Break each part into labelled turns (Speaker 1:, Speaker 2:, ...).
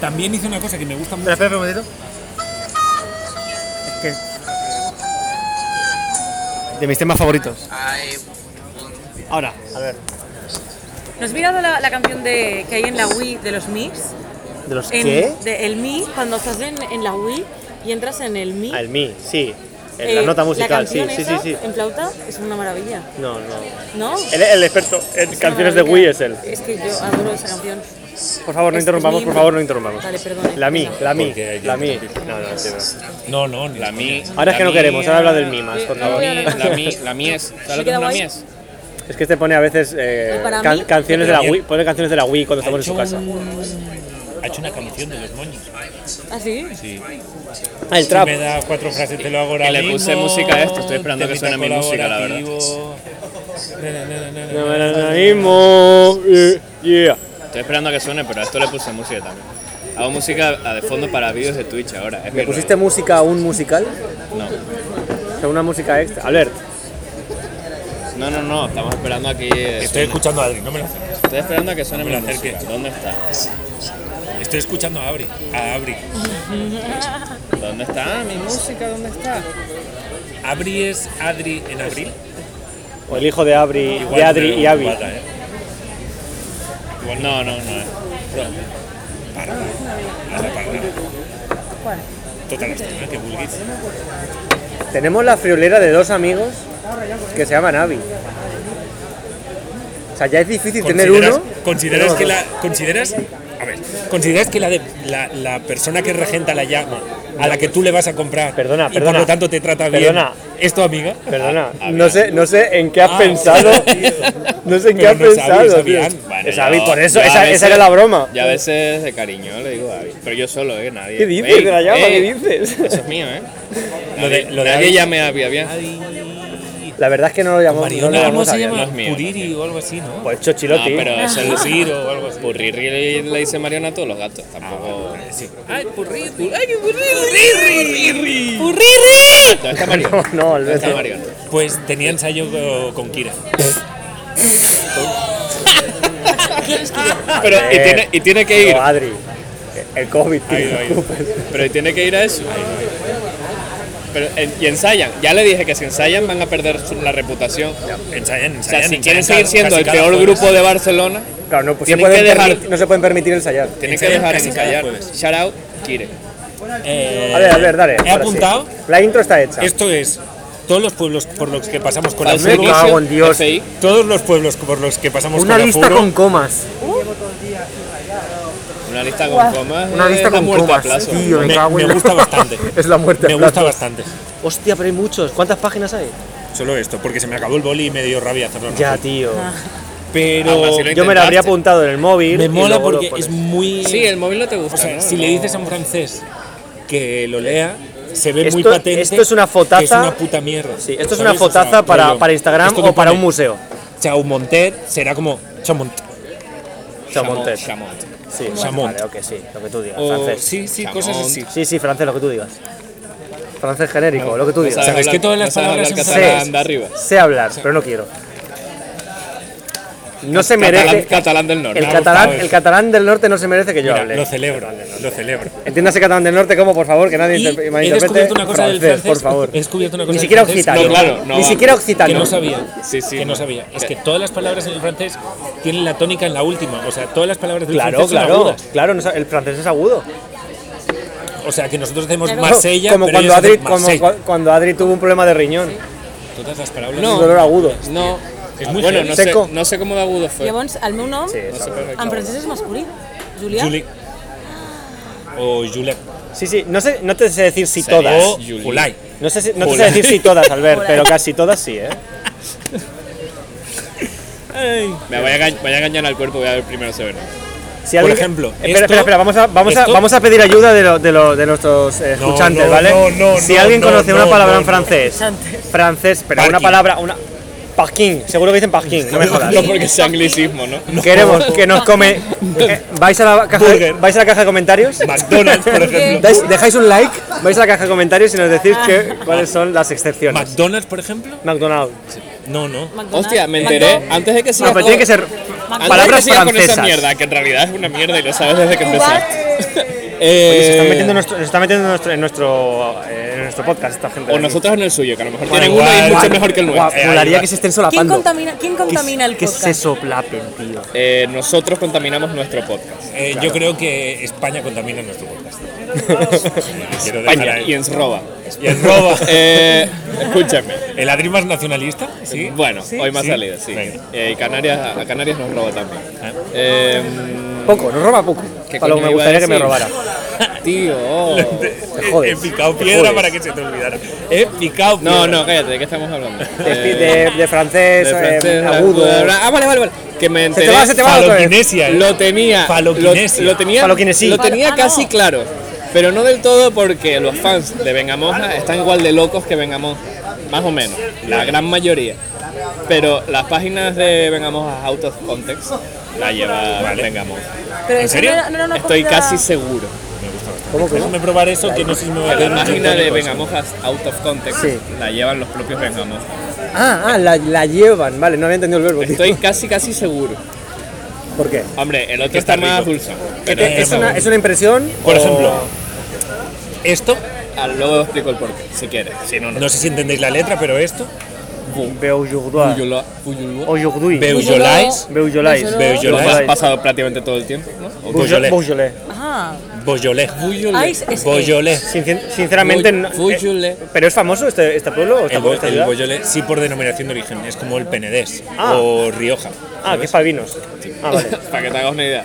Speaker 1: También hizo una cosa que me gusta mucho.
Speaker 2: Espera, espera, un momentito. Es que- De mis temas favoritos. Ahora, a ver.
Speaker 3: ¿Nos has mirado la, la canción de, que hay en la Wii de los Mi's?
Speaker 2: ¿De los
Speaker 3: En-
Speaker 2: qué?
Speaker 3: de- el Mi, cuando estás en, en la Wii y entras en el Mi.
Speaker 2: Al mi, Ah, sí. En
Speaker 3: eh,
Speaker 2: la nota musical, sí,
Speaker 3: canción
Speaker 2: sí, sí,
Speaker 3: esa,
Speaker 2: sí.
Speaker 3: En flauta es una maravilla,
Speaker 2: No, no.
Speaker 3: ¿no?
Speaker 2: El, el experto en
Speaker 3: Es una
Speaker 2: canciones de
Speaker 3: maravilla.
Speaker 2: Wii es él.
Speaker 3: Es que yo adoro esa canción.
Speaker 2: Por favor, no
Speaker 3: Es-
Speaker 2: interrumpamos,
Speaker 3: es mi-
Speaker 2: por favor, no interrumpamos.
Speaker 3: Vale, perdone.
Speaker 2: La mi, la mi,
Speaker 1: Porque hay que
Speaker 2: la mi.
Speaker 1: interrumpir.
Speaker 2: No, no, sí, no.
Speaker 1: No, no, ni-
Speaker 4: La mí.
Speaker 2: Ahora es que no queremos, ahora habla del mi más,
Speaker 3: eh,
Speaker 2: por
Speaker 3: no
Speaker 2: favor.
Speaker 3: voy a hablar-
Speaker 4: La mí, la mí es.
Speaker 3: ¿Se
Speaker 4: ¿Sabes lo que
Speaker 3: queda
Speaker 4: es una
Speaker 3: guay?
Speaker 4: mí es?
Speaker 2: Es que este pone a veces eh,
Speaker 3: Y para
Speaker 2: can-
Speaker 3: mí-
Speaker 2: canciones de la
Speaker 1: Pero-
Speaker 2: Wii, pone canciones de la Wii cuando
Speaker 1: ha
Speaker 2: estamos en
Speaker 1: hecho
Speaker 2: su casa.
Speaker 1: un- Ha hecho una canción de los moños.
Speaker 3: ¿Ah, sí?
Speaker 1: Sí.
Speaker 2: Ah, el
Speaker 1: Si
Speaker 2: trap.
Speaker 1: me da cuatro frases, te lo hago ahora
Speaker 4: Que le
Speaker 1: mismo,
Speaker 4: puse música a esto, estoy esperando que
Speaker 1: temita
Speaker 4: suene mi música, la verdad.
Speaker 1: colaborativo. Na, na, na, na, na,
Speaker 2: No
Speaker 1: na,
Speaker 2: me
Speaker 1: na,
Speaker 2: la
Speaker 1: na.
Speaker 2: animo, eh, yeah.
Speaker 4: Estoy esperando a que suene, pero a esto le puse música también. Hago música a- de fondo para vídeos de Twitch ahora. Es mi
Speaker 2: ¿Le
Speaker 4: rollo.
Speaker 2: pusiste música a un musical?
Speaker 4: No.
Speaker 2: O sea, una música extra. Albert,
Speaker 4: No, no, no, estamos esperando aquí. eh,
Speaker 1: Estoy
Speaker 4: suene.
Speaker 1: escuchando a Adri, no me lo acerques.
Speaker 4: Estoy esperando a que suene mi
Speaker 1: Me lo acerqué.
Speaker 4: música. ¿Dónde está?
Speaker 1: Estoy escuchando a Abri. A Abri.
Speaker 4: ¿Dónde está Ah, mi música? ¿Dónde está?
Speaker 1: Abri es Adri en abril.
Speaker 2: o el hijo de Abri,
Speaker 1: Igual
Speaker 2: de Adri
Speaker 1: no
Speaker 2: y
Speaker 1: era
Speaker 2: Abby.
Speaker 1: guata, ¿eh?
Speaker 4: Igual no, no, no. eh.
Speaker 1: Para. Ahora para. Total, hostia, qué vulguis.
Speaker 2: Tenemos la friolera de dos amigos que se llaman Abby. O sea, ya es difícil tener
Speaker 1: ¿Consideras-
Speaker 2: uno.
Speaker 1: ¿Consideras
Speaker 2: tenemos
Speaker 1: que
Speaker 2: dos.
Speaker 1: la. ¿Consideras? A ver, ¿consideras que la, de, la, la persona que regenta la llama, a la que tú le vas a comprar,
Speaker 2: Perdona,
Speaker 1: y
Speaker 2: perdona.
Speaker 1: por lo tanto te trata bien,
Speaker 2: Perdona.
Speaker 1: es tu amiga?
Speaker 2: Perdona,
Speaker 4: Ah,
Speaker 2: no sé, no sé en qué has
Speaker 1: Ah,
Speaker 2: pensado.
Speaker 1: tío.
Speaker 2: No sé en qué
Speaker 1: Pero
Speaker 2: has
Speaker 1: no es Abby,
Speaker 2: pensado.
Speaker 1: es
Speaker 2: tío.
Speaker 1: Avián.
Speaker 4: Bueno,
Speaker 2: es
Speaker 4: yo-
Speaker 2: Abby, por eso,
Speaker 4: yo a
Speaker 2: esa,
Speaker 4: veces-
Speaker 2: esa era la broma.
Speaker 4: Ya a veces de cariño le digo Abby. Pero yo solo, ¿eh? Nadie.
Speaker 2: ¿Qué dices
Speaker 4: Ey,
Speaker 2: de la llama?
Speaker 4: ey,
Speaker 2: ¿Qué dices?
Speaker 4: Eso es mío, ¿eh?
Speaker 1: Lo de-
Speaker 4: Nadie-
Speaker 1: lo de
Speaker 4: nadie
Speaker 1: Abby-
Speaker 4: llame a Abby, Abby.
Speaker 2: La verdad es que no lo llamamos. No
Speaker 1: Mariona,
Speaker 2: lo
Speaker 1: ¿cómo
Speaker 2: llamamos
Speaker 1: se
Speaker 2: Avián.
Speaker 1: llama? Ah,
Speaker 4: No es mío,
Speaker 1: Puriri o algo así, ¿no?
Speaker 2: Pues Chochiloti.
Speaker 4: No, pero es el
Speaker 1: Puriro o algo así.
Speaker 4: Purrirri le dice Mariona a todos los gatos.
Speaker 2: Ah,
Speaker 4: Tampoco.
Speaker 1: Sí. ¡Ay, pues, Purri! pu- ¡Ay, qué Purri! ¡Purri!
Speaker 4: ¿Dónde está Mariona?
Speaker 2: No, no,
Speaker 4: ¿Dónde está
Speaker 2: Alberto.
Speaker 4: Mariona?
Speaker 1: Pues tenía ensayo co- con Kira.
Speaker 4: Pero, y tiene, y tiene que ir.
Speaker 2: No, Adri. El COVID, tío.
Speaker 1: Ahí va, ahí va.
Speaker 2: no preocupes.
Speaker 4: Pero tiene que ir a eso. Pero, en- y ensayan. Ya le dije que si ensayan van a perder su- la reputación.
Speaker 1: Ensayan, ensayan.
Speaker 4: O sea, si
Speaker 1: ensayan
Speaker 4: quieren seguir
Speaker 1: ca-
Speaker 4: siendo
Speaker 1: casi
Speaker 4: el
Speaker 1: cada
Speaker 4: peor
Speaker 1: jueves.
Speaker 4: grupo de Barcelona,
Speaker 2: Claro, no, pues se
Speaker 4: Tienen que
Speaker 2: pueden
Speaker 4: dejar-
Speaker 2: permi- no se pueden permitir ensayar.
Speaker 4: tienen que
Speaker 1: Ensayan
Speaker 4: dejar
Speaker 1: casi cada
Speaker 4: ensayar.
Speaker 1: jueves.
Speaker 4: Shout out, Kire.
Speaker 1: Eh,
Speaker 2: A ver, a ver, dale.
Speaker 1: He
Speaker 2: ahora sí.
Speaker 1: apuntado.
Speaker 2: La intro está hecha.
Speaker 1: Esto es todos los pueblos por los que pasamos con
Speaker 2: Me
Speaker 1: Afuro.
Speaker 2: cago en Dios.
Speaker 4: FI.
Speaker 1: Todos los pueblos por los que pasamos
Speaker 2: Una
Speaker 1: con
Speaker 2: lista
Speaker 1: Afuro.
Speaker 2: con comas.
Speaker 4: Una lista con comas.
Speaker 2: Una
Speaker 4: eh,
Speaker 2: lista
Speaker 4: la
Speaker 2: con
Speaker 4: muerte a
Speaker 2: comas.
Speaker 4: plazo.
Speaker 2: Tío, me,
Speaker 1: Me-
Speaker 2: cago en
Speaker 1: me
Speaker 2: la-
Speaker 1: gusta bastante.
Speaker 2: es la muerte. a
Speaker 1: Me gusta
Speaker 2: plazo.
Speaker 1: bastante.
Speaker 2: Hostia, pero hay muchos. ¿Cuántas páginas hay?
Speaker 1: Solo esto, porque se me acabó el boli y me dio rabia hacerlo.
Speaker 2: Ya, tío.
Speaker 1: Pero
Speaker 4: Ah, va, si lo
Speaker 2: Yo me la habría
Speaker 4: intentaste.
Speaker 2: apuntado en el móvil.
Speaker 1: me
Speaker 2: y
Speaker 1: mola
Speaker 2: luego lo
Speaker 1: porque
Speaker 2: pones.
Speaker 1: es muy.
Speaker 4: Sí, el Ah. móvil no te gusta.
Speaker 1: o sea,
Speaker 4: ¿no?
Speaker 1: si le dices a un francés que lo lea, se ve muy
Speaker 2: Esto-
Speaker 1: patente.
Speaker 2: esto es una
Speaker 1: que es
Speaker 2: fotaza.
Speaker 1: una puta mierda.
Speaker 2: Sí, esto es
Speaker 1: ¿sabes?
Speaker 2: una
Speaker 1: O sea,
Speaker 2: fotaza para,
Speaker 1: rollo,
Speaker 2: para Instagram
Speaker 1: esto que
Speaker 2: o para
Speaker 1: pone
Speaker 2: un museo.
Speaker 1: Chaumontet será como Chaumontet.
Speaker 2: Chamontet.
Speaker 4: Chamont.
Speaker 2: Sí,
Speaker 1: Chamont.
Speaker 2: vale, ok, sí, lo que tú
Speaker 4: Oh,
Speaker 2: digas.
Speaker 1: O,
Speaker 2: francés.
Speaker 1: sí, sí, cosas así.
Speaker 2: Sí, sí, francés, lo que tú digas. Francés genérico, lo que tú digas.
Speaker 1: sabes que todas las palabras
Speaker 4: que
Speaker 1: son
Speaker 2: francés?
Speaker 4: catalán de arriba.
Speaker 2: Sé hablar, pero no quiero. No se merece.
Speaker 4: Catalán, catalán del norte.
Speaker 2: el,
Speaker 1: ha
Speaker 2: catalán,
Speaker 1: gustado
Speaker 2: el
Speaker 1: eso.
Speaker 2: catalán del norte no se merece que yo
Speaker 1: Mira,
Speaker 2: hable.
Speaker 1: lo celebro, lo celebro.
Speaker 2: Entiéndase catalán del norte como, por favor, que nadie
Speaker 1: Y
Speaker 2: inter-
Speaker 1: he
Speaker 2: malinterprete.
Speaker 1: descubierto una cosa del
Speaker 2: Francés,
Speaker 1: francés.
Speaker 2: por favor.
Speaker 1: He descubierto una cosa
Speaker 2: Ni
Speaker 1: del
Speaker 2: siquiera
Speaker 1: francés
Speaker 2: occitano.
Speaker 4: No, claro, no
Speaker 2: Ni
Speaker 4: va.
Speaker 2: siquiera
Speaker 1: que
Speaker 2: occitano.
Speaker 1: no sabía.
Speaker 4: Sí, sí,
Speaker 1: que no
Speaker 4: no.
Speaker 1: sabía. Es
Speaker 4: Eh.
Speaker 1: que todas las palabras en el francés tienen la tónica en la última. O sea, todas las palabras del
Speaker 2: Claro,
Speaker 1: francés son
Speaker 2: claro,
Speaker 1: agudas.
Speaker 2: claro, no sa- el francés es agudo.
Speaker 1: O sea, que nosotros hacemos
Speaker 3: Claro.
Speaker 1: Marsella,
Speaker 2: como
Speaker 1: pero
Speaker 2: cuando
Speaker 1: ellos
Speaker 2: Adri,
Speaker 1: hacen
Speaker 2: como
Speaker 1: Marsella.
Speaker 2: cua- cuando Adri tuvo un problema de riñón,
Speaker 1: Todas las palabras.
Speaker 2: un
Speaker 4: No.
Speaker 2: dolor agudo.
Speaker 4: No.
Speaker 1: Es muy
Speaker 4: bueno,
Speaker 1: heavy.
Speaker 4: no sé,
Speaker 2: Seco.
Speaker 4: no sé cómo de agudo fue.
Speaker 3: Llavors, el meu nom
Speaker 2: Sí, es agudo.
Speaker 3: en francès és masculí. Julià?
Speaker 1: Julie. O Juliet.
Speaker 2: Sí, sí, no, sé, no te sé decir si
Speaker 4: Sería-
Speaker 2: todas.
Speaker 1: O
Speaker 4: Julie.
Speaker 1: Julai.
Speaker 2: No, sé si- no te sé
Speaker 1: Hola.
Speaker 2: decir si todas, Albert,
Speaker 3: Hola.
Speaker 2: pero casi todas sí, ¿eh?
Speaker 4: Me voy a, enga- voy a engañar al cuerpo, voy a ver primero se verá.
Speaker 2: Si
Speaker 1: Por
Speaker 2: alguien- Eh,
Speaker 1: ejemplo,
Speaker 2: Espera,
Speaker 1: esto-
Speaker 2: espera, espera, vamos a, vamos a,
Speaker 1: esto-
Speaker 2: vamos a pedir ayuda de, lo- de, lo- de nuestros eh,
Speaker 1: No,
Speaker 2: escuchantes,
Speaker 1: no,
Speaker 2: ¿vale?
Speaker 1: no, no,
Speaker 2: si
Speaker 1: no,
Speaker 2: alguien
Speaker 1: no,
Speaker 2: conoce una
Speaker 1: no,
Speaker 2: palabra
Speaker 1: no,
Speaker 2: en
Speaker 1: no.
Speaker 2: francés, francés, pero una
Speaker 1: Parking.
Speaker 2: palabra, una. Parking, seguro que dicen parking, no me jodas.
Speaker 4: No porque sea anglicismo, ¿no?
Speaker 2: Queremos que nos come. eh, ¿Vais a la caja, de-
Speaker 1: Burger.
Speaker 2: vais a la caja de comentarios?
Speaker 1: McDonald's, por ejemplo.
Speaker 2: Dais- dejáis un like, vais a la caja de comentarios y nos decís que- cuáles son las excepciones.
Speaker 1: McDonald's, por ejemplo.
Speaker 2: McDonald's.
Speaker 1: No, no.
Speaker 3: McDonald's.
Speaker 4: Hostia, me enteré
Speaker 3: McDo-
Speaker 4: antes de que
Speaker 2: No,
Speaker 4: siga
Speaker 2: pero tiene que ser
Speaker 4: antes de
Speaker 2: palabras
Speaker 4: que siga con esa
Speaker 2: francesas.
Speaker 4: mierda, que en realidad es una mierda y lo sabes desde que empezaste. Eh,
Speaker 2: Oye, se están metiendo, en nuestro, se están metiendo en, nuestro, en, nuestro, eh, en nuestro podcast esta gente. de
Speaker 4: O
Speaker 2: aquí.
Speaker 4: nosotros en el suyo, que a lo mejor
Speaker 1: Bueno,
Speaker 4: tienen uno y es
Speaker 1: igual,
Speaker 4: mucho
Speaker 1: igual.
Speaker 4: mejor que el nuestro. Eh,
Speaker 2: Guau, molaría que se estén
Speaker 3: ¿Quién
Speaker 2: solapando.
Speaker 3: contamina, quién contamina el
Speaker 2: que
Speaker 3: podcast?
Speaker 2: se soplapen, tío.
Speaker 4: Eh, nosotros contaminamos nuestro podcast.
Speaker 1: Eh, Yo creo que España contamina nuestro podcast. Quiero dejar
Speaker 4: España,
Speaker 1: ahí.
Speaker 4: y ens roba.
Speaker 1: Y en roba.
Speaker 4: Eh, escúchame.
Speaker 1: ¿El Adri más nacionalista? Sí.
Speaker 4: Bueno, hoy me ha
Speaker 1: sí.
Speaker 4: salido, sí.
Speaker 1: Venga.
Speaker 4: Eh, y Canarias, a Canarias nos roba también. Eh,
Speaker 2: Poco, nos roba poco.
Speaker 4: ¿qué
Speaker 2: Para lo que
Speaker 4: coño
Speaker 2: me
Speaker 4: iba a
Speaker 2: gustaría que me
Speaker 4: decir? Eh,
Speaker 2: robara.
Speaker 4: Tío.
Speaker 2: Te jodes,
Speaker 1: He picado
Speaker 2: te
Speaker 1: piedra
Speaker 2: jodes.
Speaker 1: para que se te olvidara. He picado piedra.
Speaker 4: No, no, cállate, ¿de qué estamos hablando?
Speaker 2: De,
Speaker 4: Eh,
Speaker 2: de- de francés,
Speaker 4: de
Speaker 2: eh,
Speaker 4: francés,
Speaker 2: agudo.
Speaker 4: bla, bla, bla. Ah, vale, vale, vale. Que me
Speaker 2: Se
Speaker 4: enteré.
Speaker 2: te va, se te va otra vez.
Speaker 1: Faloquinesia. eh.
Speaker 4: Lo tenía. Lo,
Speaker 1: Faloquinesia.
Speaker 4: lo tenía.
Speaker 2: Faloquinesia.
Speaker 4: Lo tenía
Speaker 3: Ah, no.
Speaker 4: casi claro. Pero no del todo porque los fans de Vengamonja están igual de locos que Vengamonja. Más o menos. La gran mayoría. Pero las páginas de Vengamonja out of context la lleva Vengamonja.
Speaker 3: Pero
Speaker 1: ¿En
Speaker 3: eso
Speaker 1: serio?
Speaker 3: no era- no era una
Speaker 4: Estoy
Speaker 3: comida-
Speaker 4: casi seguro.
Speaker 2: ¿Cómo que no?
Speaker 1: Déjame probar eso, que no sé si me va a
Speaker 4: La
Speaker 1: quedar
Speaker 4: página de
Speaker 1: Vengamón.
Speaker 4: Vengamonjas out of context
Speaker 2: Sí.
Speaker 4: la llevan los propios Vengamonjas.
Speaker 2: Ah, ah, la, la llevan. Vale, no había entendido el verbo, tío.
Speaker 4: Estoy casi, casi seguro.
Speaker 2: ¿Por qué?
Speaker 4: Hombre, el otro
Speaker 1: está
Speaker 4: está más
Speaker 1: rico.
Speaker 4: dulce. Pero
Speaker 1: te-
Speaker 2: ¿Es una, es una impresión?
Speaker 1: Por
Speaker 2: o-
Speaker 1: ejemplo, esto,
Speaker 4: Ah, luego explico el porqué, si quieres. Si no, no.
Speaker 1: no sé si entendéis la letra, pero esto,
Speaker 2: Beaujolais.
Speaker 4: Puyulo-
Speaker 2: Beaujolais.
Speaker 4: Puyulo-
Speaker 1: Beaujolais,
Speaker 2: Beaujolais.
Speaker 4: Lo
Speaker 1: Beaujolais.
Speaker 4: has pasado prácticamente todo el tiempo, ¿no?
Speaker 1: o Beaujolais,
Speaker 2: Beaujolais. Beaujolais.
Speaker 3: Ajá.
Speaker 1: Beaujolais,
Speaker 3: Ay, es- es-
Speaker 1: Beaujolais.
Speaker 2: Sincien- Sinceramente, no-
Speaker 4: Beaujolais.
Speaker 2: eh, ¿pero es famoso este, este pueblo o
Speaker 1: El,
Speaker 2: esta, esta
Speaker 1: bo- el
Speaker 2: ciudad?
Speaker 1: Beaujolais, sí por denominación de origen, es como el Penedés
Speaker 2: Ah.
Speaker 1: o Rioja.
Speaker 2: Ah, que es pavinos. Ah, vale.
Speaker 4: Para que te hagas una idea.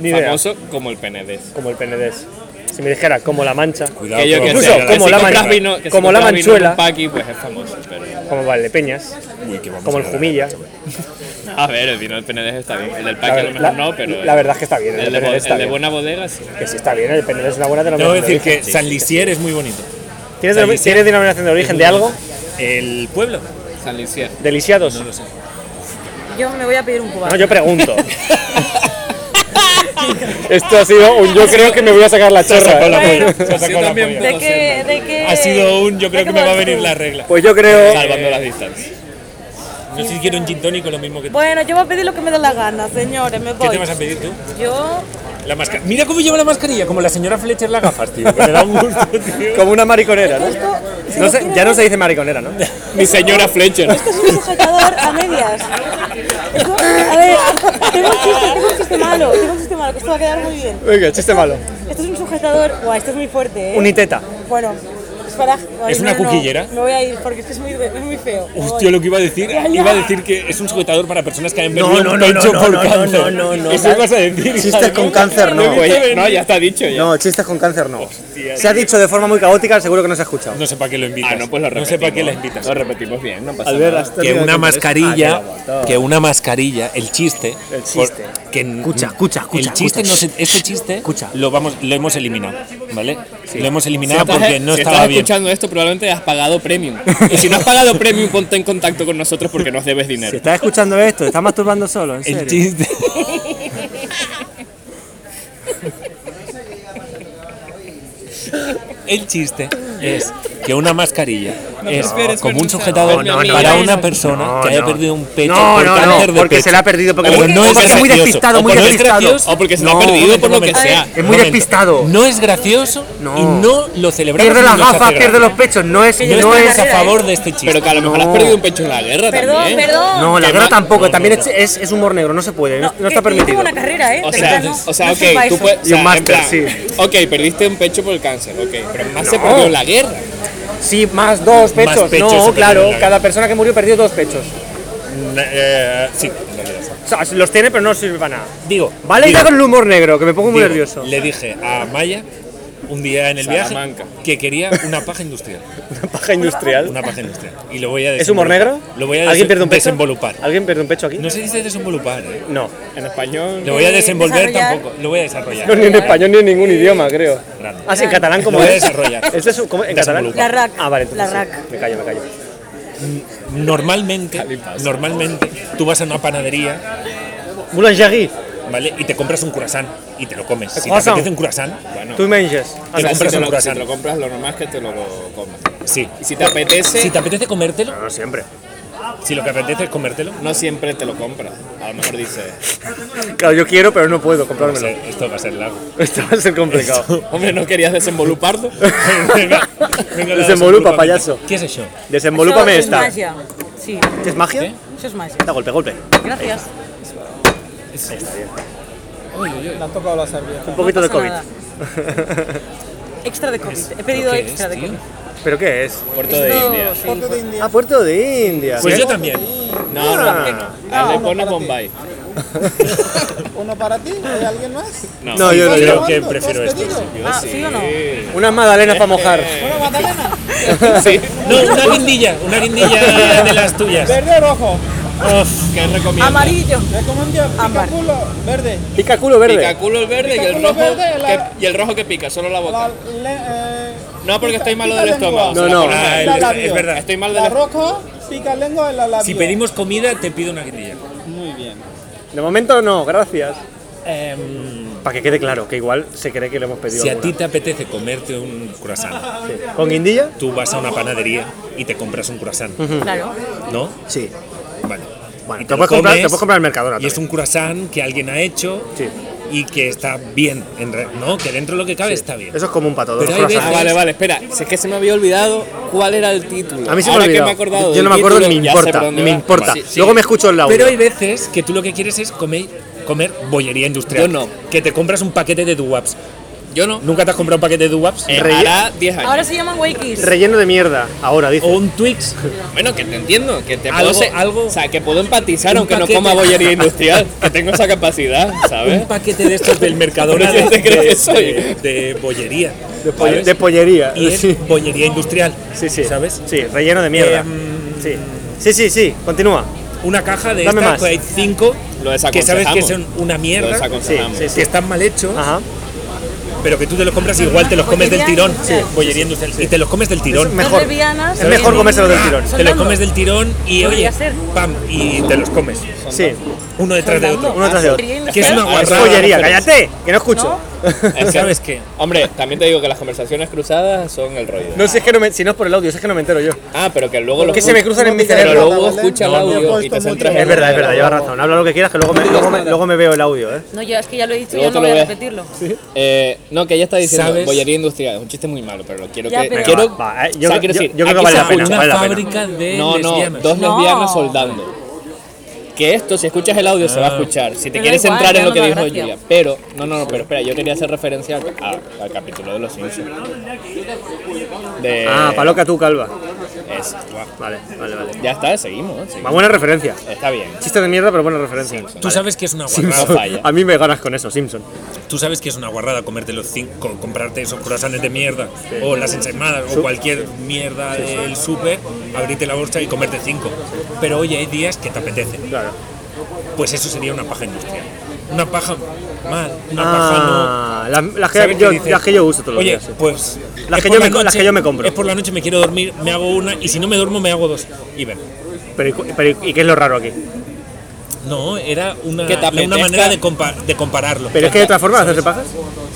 Speaker 2: Ni idea.
Speaker 4: Famoso como el Penedés.
Speaker 2: Como el Penedés. Si me dijera, como la mancha.
Speaker 1: Cuidado
Speaker 4: que yo
Speaker 1: vamos
Speaker 4: que
Speaker 2: Incluso
Speaker 1: a llegar a
Speaker 4: sé,
Speaker 2: como
Speaker 4: que
Speaker 1: ese
Speaker 2: la
Speaker 4: si compras
Speaker 1: tema.
Speaker 2: mancha.
Speaker 4: vino, que si
Speaker 2: como
Speaker 4: compras
Speaker 2: la
Speaker 4: vino en un
Speaker 2: manchuela.
Speaker 4: paqui, pues es famoso. Pero,
Speaker 2: Como Valdepeñas.
Speaker 1: Uy, que vamos
Speaker 2: Como
Speaker 1: a
Speaker 2: el
Speaker 1: llegar.
Speaker 2: Jumilla.
Speaker 4: a ver, el vino del Penedés está bien. El del
Speaker 2: La,
Speaker 4: paqui a lo
Speaker 2: ver-
Speaker 4: mejor
Speaker 2: la-
Speaker 4: no, pero.
Speaker 2: la verdad es que está bien. El,
Speaker 4: El de,
Speaker 2: Penedés
Speaker 4: bo-
Speaker 2: está
Speaker 4: el de
Speaker 2: bien.
Speaker 4: buena bodega sí.
Speaker 2: Que sí está bien, el Penedés es una buena
Speaker 1: Debo
Speaker 2: denominación.
Speaker 1: decir
Speaker 2: de
Speaker 1: que
Speaker 2: origen.
Speaker 1: San Lisier es muy bonito.
Speaker 2: ¿Tienes,
Speaker 1: San
Speaker 2: denom-
Speaker 1: Lisier.
Speaker 2: tienes denominación de origen de algo?
Speaker 1: El pueblo.
Speaker 4: San Lisier.
Speaker 2: ¿Deliciados?
Speaker 1: No
Speaker 2: No,
Speaker 1: lo sé.
Speaker 3: Yo me voy a pedir un cubano.
Speaker 2: yo pregunto. Esto ha sido un yo creo que me voy a sacar la
Speaker 1: Se ha sacado la
Speaker 2: chorra. ¿eh?
Speaker 1: polla.
Speaker 3: Bueno.
Speaker 1: se ha sacado la
Speaker 4: también
Speaker 1: polla.
Speaker 3: ¿De qué, de qué-
Speaker 1: Ha sido un, yo creo
Speaker 3: de
Speaker 1: que
Speaker 3: qué
Speaker 1: me va a
Speaker 3: vas
Speaker 1: venir
Speaker 3: Eh, tú?
Speaker 1: la regla.
Speaker 2: Pues yo creo...
Speaker 4: Salvando las distancias.
Speaker 1: No sé si quiero un gin tónico, lo mismo que tú.
Speaker 3: Bueno, yo voy a pedir lo que me dé la gana, señores, me
Speaker 1: ¿Qué
Speaker 3: voy.
Speaker 1: te vas a pedir tú?
Speaker 3: Yo,
Speaker 1: La máscara. Mira cómo lleva la mascarilla, como la señora Fletcher las gafas, tío. que me da un gusto, tío.
Speaker 2: Como una mariconera, ¿no?
Speaker 3: esto, si
Speaker 2: No
Speaker 3: lo
Speaker 2: sé-
Speaker 3: quiero
Speaker 2: ya no
Speaker 3: ver,
Speaker 2: se dice mariconera, ¿no?
Speaker 4: Mi señora Fletcher.
Speaker 3: Esto es un sujetador a medias. Esto- a ver, tengo un chiste, tengo un chiste malo, tengo un chiste malo, que esto va a quedar muy bien.
Speaker 2: Venga, chiste malo.
Speaker 3: Esto es un sujetador, guau, esto es muy fuerte, ¿eh?
Speaker 2: Uniteta.
Speaker 3: Bueno, espera. ay,
Speaker 1: ¿Es una
Speaker 3: no, no, no,
Speaker 1: cuquillera?
Speaker 3: me voy a ir porque esto es muy, es muy feo. Me
Speaker 1: Hostia,
Speaker 3: voy.
Speaker 1: lo que iba a decir,
Speaker 3: Ya, ya.
Speaker 1: iba a decir que es un sujetador para personas que han
Speaker 2: No,
Speaker 1: perdido
Speaker 2: no,
Speaker 1: un
Speaker 2: no,
Speaker 1: pecho
Speaker 2: no,
Speaker 1: por
Speaker 2: no, no,
Speaker 1: cáncer.
Speaker 2: no, no, no.
Speaker 1: Eso ibas a decir.
Speaker 2: Chistes
Speaker 1: hija,
Speaker 2: con
Speaker 1: ¿no?
Speaker 2: cáncer,
Speaker 1: Lo
Speaker 2: no.
Speaker 1: he visto
Speaker 4: Oye,
Speaker 1: venir.
Speaker 4: no, ya está dicho ya.
Speaker 2: No, chistes con cáncer no. Se ha dicho de forma muy caótica, seguro que no se ha escuchado.
Speaker 1: No sé para qué lo invitas.
Speaker 4: Ah, no, pues lo
Speaker 1: No
Speaker 4: repetimos.
Speaker 1: sé para qué la invitas.
Speaker 4: Lo repetimos bien, no pasa
Speaker 2: Albert,
Speaker 4: nada.
Speaker 2: hasta-
Speaker 1: Que una mascarilla,
Speaker 2: Ah, que lo aguantó.
Speaker 1: que una mascarilla, el chiste,
Speaker 2: El chiste.
Speaker 1: que
Speaker 2: Escucha, escucha, escucha,
Speaker 1: el chiste
Speaker 2: escucha.
Speaker 1: no se- este chiste,
Speaker 2: Escucha.
Speaker 1: lo vamos, lo hemos eliminado, ¿vale? Lo hemos
Speaker 4: Si
Speaker 1: eliminado
Speaker 4: estás-
Speaker 1: porque no
Speaker 4: si
Speaker 1: estaba
Speaker 4: estás
Speaker 1: bien.
Speaker 4: escuchando esto, probablemente has pagado premium. Y si no has pagado premium, ponte en contacto con nosotros porque nos debes
Speaker 2: Si
Speaker 4: dinero.
Speaker 2: estás escuchando esto, estás masturbando solo, en
Speaker 1: El
Speaker 2: serio.
Speaker 1: chiste. El chiste es que una mascarilla es
Speaker 4: esperes
Speaker 1: como un
Speaker 4: vernos
Speaker 1: sujetador
Speaker 4: ahora, mi
Speaker 1: para
Speaker 4: amiga.
Speaker 1: una persona
Speaker 2: No,
Speaker 1: que haya
Speaker 2: no.
Speaker 1: perdido un pecho
Speaker 2: No,
Speaker 1: por
Speaker 2: no, no,
Speaker 1: cáncer de
Speaker 2: porque se
Speaker 1: pecho.
Speaker 2: la ha perdido, porque-
Speaker 1: O
Speaker 2: porque-
Speaker 1: no
Speaker 2: porque es muy
Speaker 1: gracioso,
Speaker 2: despistado,
Speaker 1: o
Speaker 2: muy
Speaker 1: no es
Speaker 2: despistado.
Speaker 1: gracioso,
Speaker 4: O porque se la
Speaker 1: no,
Speaker 4: ha perdido por lo que
Speaker 1: momento.
Speaker 4: sea.
Speaker 2: Es muy
Speaker 1: Momento.
Speaker 2: despistado.
Speaker 1: No es gracioso
Speaker 2: No.
Speaker 1: y no lo celebramos.
Speaker 2: Pierde
Speaker 1: y
Speaker 2: las
Speaker 1: nos hace
Speaker 2: gafas,
Speaker 1: gracia.
Speaker 2: pierde los pechos, no es...
Speaker 3: yo
Speaker 2: No
Speaker 1: No
Speaker 3: estoy
Speaker 2: es
Speaker 1: es a favor de este chiste.
Speaker 4: Pero que a lo mejor
Speaker 2: No.
Speaker 4: has perdido un pecho en la guerra
Speaker 3: Perdón,
Speaker 4: también. ¿eh?
Speaker 3: perdón.
Speaker 2: no, la
Speaker 4: Que
Speaker 2: guerra
Speaker 4: ma-
Speaker 2: tampoco, también es, es, es humor negro, no se puede, no, no
Speaker 3: que-
Speaker 2: está
Speaker 3: que yo tengo
Speaker 2: permitido.
Speaker 3: una carrera, ¿eh?
Speaker 4: O
Speaker 3: De
Speaker 4: sea,
Speaker 3: verdad, no-
Speaker 4: o sea,
Speaker 3: no
Speaker 4: ok,
Speaker 3: soy pa'
Speaker 4: tú
Speaker 3: eso.
Speaker 4: puedes. o
Speaker 2: Y un
Speaker 4: sea, en
Speaker 2: máster,
Speaker 4: plan,
Speaker 2: sí.
Speaker 4: Ok, perdiste un pecho por el cáncer, ok, pero más se
Speaker 2: No.
Speaker 4: perdió en la guerra.
Speaker 2: Sí, más dos pechos.
Speaker 1: pechos se
Speaker 2: no,
Speaker 1: pierden en
Speaker 2: claro,
Speaker 1: la guerra.
Speaker 2: cada persona que murió perdió dos pechos.
Speaker 1: Eh, sí, en realidad.
Speaker 2: O sea, los tiene, pero no sirve para nada.
Speaker 1: Digo,
Speaker 2: Vale,
Speaker 1: digo,
Speaker 2: ya con el humor negro, que me pongo muy
Speaker 1: digo,
Speaker 2: nervioso.
Speaker 1: Le dije a Maya un día en el viaje
Speaker 4: Salamanca.
Speaker 1: que quería una paja industrial.
Speaker 2: Una paja industrial.
Speaker 1: Una paja industrial. Y lo voy a
Speaker 2: ¿Es humor negro?
Speaker 1: desenvolupar. Lo voy a
Speaker 2: ¿Alguien
Speaker 1: desen-
Speaker 2: pierde un pecho?
Speaker 1: desenvolupar.
Speaker 2: ¿Alguien pierde un pecho aquí?
Speaker 1: No se dice desenvolupar, eh.
Speaker 2: No.
Speaker 4: En español.
Speaker 1: Lo voy a desenvolver
Speaker 3: Eh, Desarrollar.
Speaker 1: tampoco. Lo voy a
Speaker 2: No,
Speaker 1: desarrollar.
Speaker 2: ni en español ni en ningún idioma, creo.
Speaker 1: Grande.
Speaker 2: Ah, sí, en catalán como
Speaker 1: Lo voy a
Speaker 2: es.
Speaker 1: desarrollar.
Speaker 2: ¿Este es un- cómo- en catalán?
Speaker 1: Desenvolupa.
Speaker 3: La RAC.
Speaker 2: Ah, vale, entonces
Speaker 3: La
Speaker 2: sí.
Speaker 3: RAC.
Speaker 2: Me callo, me callo.
Speaker 1: Normalmente, normalmente tú vas a una panadería,
Speaker 2: Boulangerie,
Speaker 1: ¿vale? Y te compras un croissant y te lo comes. Si te
Speaker 2: Croissant.
Speaker 1: apetece un croissant, bueno,
Speaker 2: tú menges. Ah,
Speaker 4: O sea, si
Speaker 1: compras
Speaker 4: te
Speaker 1: un
Speaker 4: lo- si
Speaker 1: croissant.
Speaker 4: te lo compras, lo normal es que te lo comas.
Speaker 1: sí.
Speaker 4: Y si te apetece,
Speaker 1: Si te apetece comértelo,
Speaker 2: No, siempre.
Speaker 1: si lo que apetece es comértelo, pues,
Speaker 4: no siempre te lo compras. A a lo mejor dices,
Speaker 2: Claro, yo quiero, pero no puedo
Speaker 1: O
Speaker 2: comprármelo.
Speaker 1: sea, eh, esto va a ser largo.
Speaker 2: Esto va a ser complicado.
Speaker 4: hombre, ¿no querías desenvoluparlo?
Speaker 1: Venga, venga, la
Speaker 2: Desenvolupa,
Speaker 1: desenvolupamento.
Speaker 2: payaso.
Speaker 1: ¿Qué es eso?
Speaker 2: Desenvolúpame
Speaker 3: Eso es
Speaker 2: esta.
Speaker 3: magia. Sí,
Speaker 2: ¿Qué es magia?
Speaker 3: eso es magia.
Speaker 2: Da golpe, golpe.
Speaker 3: Gracias.
Speaker 5: Le han tocado la servilleta.
Speaker 2: Un poquito de
Speaker 3: pasa
Speaker 2: COVID.
Speaker 3: nada. Extra de COVID. He pedido
Speaker 1: ¿Pero qué
Speaker 3: extra
Speaker 1: es,
Speaker 3: de
Speaker 1: tío?
Speaker 3: COVID.
Speaker 2: ¿Pero qué es?
Speaker 4: Puerto de
Speaker 3: Esto-
Speaker 4: India.
Speaker 3: sí.
Speaker 5: Corte de India.
Speaker 2: Ah, Puerto de India.
Speaker 1: Pues
Speaker 2: ¿Qué?
Speaker 1: yo también.
Speaker 4: No, no, no.
Speaker 2: Ah.
Speaker 4: Ah, Le pone Bombay.
Speaker 5: Uno para ti, ¿hay alguien más?
Speaker 4: No,
Speaker 2: No, yo no,
Speaker 1: Creo
Speaker 2: yo.
Speaker 1: que
Speaker 5: ¿Tú has
Speaker 1: prefiero esto.
Speaker 5: pedido?
Speaker 3: Ah, ¿sí o no?
Speaker 2: Unas magdalenas para mojar.
Speaker 5: Bueno, Magdalena,
Speaker 4: Sí.
Speaker 1: No, una guindilla, una guindilla de las tuyas.
Speaker 5: verde o rojo.
Speaker 1: Uf,
Speaker 4: ¿Qué recomiendas?
Speaker 3: Amarillo.
Speaker 5: Recomiendo pica
Speaker 3: Ámbar.
Speaker 5: culo verde.
Speaker 2: Pica culo verde.
Speaker 4: Pica culo el verde y el
Speaker 5: Pica
Speaker 4: rojo.
Speaker 5: culo verde, la-
Speaker 4: que- y el rojo que pica, solo la
Speaker 5: La,
Speaker 4: boca.
Speaker 5: le- eh,
Speaker 4: No, porque
Speaker 5: pica-
Speaker 4: estoy malo
Speaker 5: pica
Speaker 4: del
Speaker 5: lengua.
Speaker 4: estómago.
Speaker 2: No,
Speaker 4: se la
Speaker 2: no.
Speaker 4: pones a
Speaker 1: Ah,
Speaker 4: él.
Speaker 1: el-
Speaker 5: La
Speaker 1: es
Speaker 5: labio.
Speaker 1: verdad.
Speaker 4: Estoy mal
Speaker 5: La
Speaker 4: del
Speaker 5: roja, pica lengua en la labio.
Speaker 1: Si pedimos comida, te pido una guindilla.
Speaker 5: Muy bien.
Speaker 2: De momento no, gracias.
Speaker 1: Em,
Speaker 2: Para que quede claro, que igual se cree que le hemos pedido
Speaker 1: si a ti
Speaker 2: alguna.
Speaker 1: te apetece comerte un croissant,
Speaker 2: ¿Con guindilla?
Speaker 1: tú vas a una panadería y te compras un croissant,
Speaker 3: Claro.
Speaker 1: ¿no?
Speaker 2: Sí.
Speaker 1: Vale.
Speaker 2: Bueno,
Speaker 1: Y
Speaker 2: te puedes comprar- te puedes comprar el Mercadona
Speaker 1: Y es
Speaker 2: también.
Speaker 1: un croissant que alguien ha hecho
Speaker 2: Sí.
Speaker 1: y que está bien, en re- ¿no? Que dentro de lo que cabe está bien.
Speaker 2: Eso es como un pato.
Speaker 1: Pero
Speaker 2: dos
Speaker 1: hay
Speaker 2: croissants.
Speaker 4: Ah,
Speaker 1: veces-
Speaker 4: vale, vale, espera. Si es que se me había olvidado cuál era el título.
Speaker 2: A mí se me ha
Speaker 4: Ahora que
Speaker 2: olvidado.
Speaker 4: me he acordado
Speaker 2: Yo no
Speaker 4: del
Speaker 2: me acuerdo,
Speaker 4: título,
Speaker 2: me
Speaker 4: ya sé por
Speaker 2: importa,
Speaker 4: dónde
Speaker 2: me
Speaker 4: va.
Speaker 2: importa.
Speaker 4: Sí, sí.
Speaker 2: Luego me escucho el audio.
Speaker 1: Pero hay veces que tú lo que quieres es comer, comer bollería industrial.
Speaker 4: Yo no.
Speaker 1: Que te compras un paquete de duwaps.
Speaker 4: Yo no.
Speaker 1: ¿Nunca te has comprado un paquete de duwaps?
Speaker 4: Eh,
Speaker 2: Relle-
Speaker 4: hará 10 años.
Speaker 3: Ahora se llaman Wakis.
Speaker 2: Relleno de mierda, ahora
Speaker 1: ¿O
Speaker 2: dice.
Speaker 1: un Twix?
Speaker 4: Bueno, que te entiendo, que te
Speaker 1: Algo-
Speaker 4: puedo ser-
Speaker 1: algo-
Speaker 4: o sea, que puedo empatizar
Speaker 1: Un
Speaker 4: aunque
Speaker 1: paquete.
Speaker 4: no coma bollería industrial, que tengo esa capacidad, ¿sabes?
Speaker 1: Un paquete de estos del Mercadona
Speaker 4: ¿Pero
Speaker 1: de,
Speaker 4: quién te crees
Speaker 1: de-
Speaker 4: que soy?
Speaker 1: de- Oh, de bollería.
Speaker 2: De, polle-
Speaker 1: ¿sabes?
Speaker 2: de pollería.
Speaker 1: Y es
Speaker 2: Sí.
Speaker 1: bollería industrial.
Speaker 2: sí, sí.
Speaker 1: ¿Sabes?
Speaker 2: Sí, relleno de mierda.
Speaker 1: Eh, mm,
Speaker 2: sí. sí, sí, sí, continúa.
Speaker 1: Una caja de
Speaker 2: Dame
Speaker 1: estas,
Speaker 2: más.
Speaker 1: que hay cinco,
Speaker 4: Lo
Speaker 1: que sabes que
Speaker 4: desaconsejamos.
Speaker 1: son una
Speaker 4: Lo
Speaker 1: mierda,
Speaker 2: Sí,
Speaker 4: desaconsejamos.
Speaker 2: sí, sí.
Speaker 1: que están mal hechos,
Speaker 2: Ajá.
Speaker 1: pero que tú te los compras y igual te los comes del
Speaker 3: Bollería
Speaker 1: tirón.
Speaker 3: industrial.
Speaker 1: Bollería industrial. Y te los comes del
Speaker 2: Es
Speaker 1: tirón.
Speaker 2: mejor.
Speaker 3: Dos lesbianas.
Speaker 2: Es mejor
Speaker 3: en-
Speaker 2: comérselo del tirón.
Speaker 1: Te los
Speaker 3: Soldando.
Speaker 1: comes del tirón y oye,
Speaker 3: Podría ser.
Speaker 1: pam, y te los comes.
Speaker 2: Sí,
Speaker 1: Uno detrás de otro.
Speaker 2: uno atrás de otro.
Speaker 1: Que es una
Speaker 4: Ah,
Speaker 2: Es
Speaker 1: guarrada.
Speaker 2: pollería, cállate, que no escucho.
Speaker 3: No.
Speaker 4: Es que-
Speaker 1: ¿Sabes qué?
Speaker 4: Hombre, también te digo que las conversaciones cruzadas son el rollo.
Speaker 2: No, si es que no me, si no es por el audio, si es que no me entero yo.
Speaker 4: Ah, pero que luego lo
Speaker 2: Que se me cruzan en mi
Speaker 4: Pero
Speaker 2: cerebro.
Speaker 4: luego escucha el
Speaker 5: No, no.
Speaker 4: audio y te centras en
Speaker 2: Es verdad, es verdad, llevas
Speaker 4: algo.
Speaker 2: razón. Habla lo que quieras, que luego me, luego me, luego me veo el audio, ¿eh?
Speaker 3: No, ya es que ya lo he dicho,
Speaker 4: Luego
Speaker 3: ya
Speaker 4: te
Speaker 3: no
Speaker 4: lo
Speaker 3: voy a
Speaker 4: ves.
Speaker 3: repetirlo.
Speaker 4: Eh, no, que ella está diciendo
Speaker 1: ¿Sabes?
Speaker 4: bollería industrial. Es un chiste muy malo, pero lo quiero
Speaker 3: Ya,
Speaker 4: que.
Speaker 3: pero-
Speaker 4: quiero,
Speaker 2: Venga, va, va, eh, yo-
Speaker 4: o sea, quiero
Speaker 2: yo-
Speaker 4: decir,
Speaker 2: yo creo que
Speaker 4: aquí
Speaker 2: vale la
Speaker 4: se
Speaker 2: pena,
Speaker 4: escucha-
Speaker 1: Una
Speaker 2: vale la pena.
Speaker 1: fábrica de
Speaker 4: No, no,
Speaker 1: lesbianas.
Speaker 4: dos
Speaker 3: No.
Speaker 4: lesbianas soldando. Que esto, si escuchas el audio, se
Speaker 2: Ah.
Speaker 4: va a escuchar. Si te
Speaker 3: Me da
Speaker 4: quieres
Speaker 3: igual,
Speaker 4: centrar
Speaker 3: ya
Speaker 4: en
Speaker 3: no
Speaker 4: lo que
Speaker 3: me da
Speaker 4: dijo
Speaker 3: gracia.
Speaker 4: Julia. Pero, no, no, no, pero espera, yo quería hacer referencia al, a- al capítulo de los Simpsons. De,
Speaker 2: Ah, paloca tú, calva.
Speaker 4: es- guau.
Speaker 2: Vale, vale, vale.
Speaker 4: ya está, seguimos, ¿eh?
Speaker 2: Va,
Speaker 4: seguimos.
Speaker 2: buena referencia.
Speaker 4: Está bien.
Speaker 2: Chiste de mierda, pero buena referencia.
Speaker 1: Tú sabes que es una
Speaker 4: no
Speaker 1: guarrada.
Speaker 2: Simpson.
Speaker 4: falla.
Speaker 2: A mí me ganas con eso, Simpson.
Speaker 1: Tú sabes que es una guarrada comerte los cinco, comprarte esos croissants de mierda o las ensaimadas o cualquier mierda del súper, abrirte la bolsa y comerte cinco. Pero oye, hay días que te apetece.
Speaker 2: Claro.
Speaker 1: Pues eso sería una paja industrial. Una paja mal, una paja no.
Speaker 2: Ah, las las
Speaker 1: ¿Sabes
Speaker 2: Ah. que,
Speaker 1: qué
Speaker 2: yo-
Speaker 1: dices?
Speaker 2: las que yo uso todos los
Speaker 1: Oye,
Speaker 2: días. sí.
Speaker 1: pues.
Speaker 2: Las
Speaker 1: es
Speaker 2: que
Speaker 1: por
Speaker 2: yo
Speaker 1: la
Speaker 2: me co- las que yo me compro.
Speaker 1: Es por la noche, me quiero dormir, me hago una y si no me duermo, me hago dos. Y ven.
Speaker 2: Pero, ¿y cu- pero ¿y qué es lo raro aquí?
Speaker 1: No, era una,
Speaker 4: Que te
Speaker 1: era una
Speaker 4: apetezca.
Speaker 1: manera de, compa- de compararlo.
Speaker 2: ¿Pero es que hay otra forma de hacerse pajas?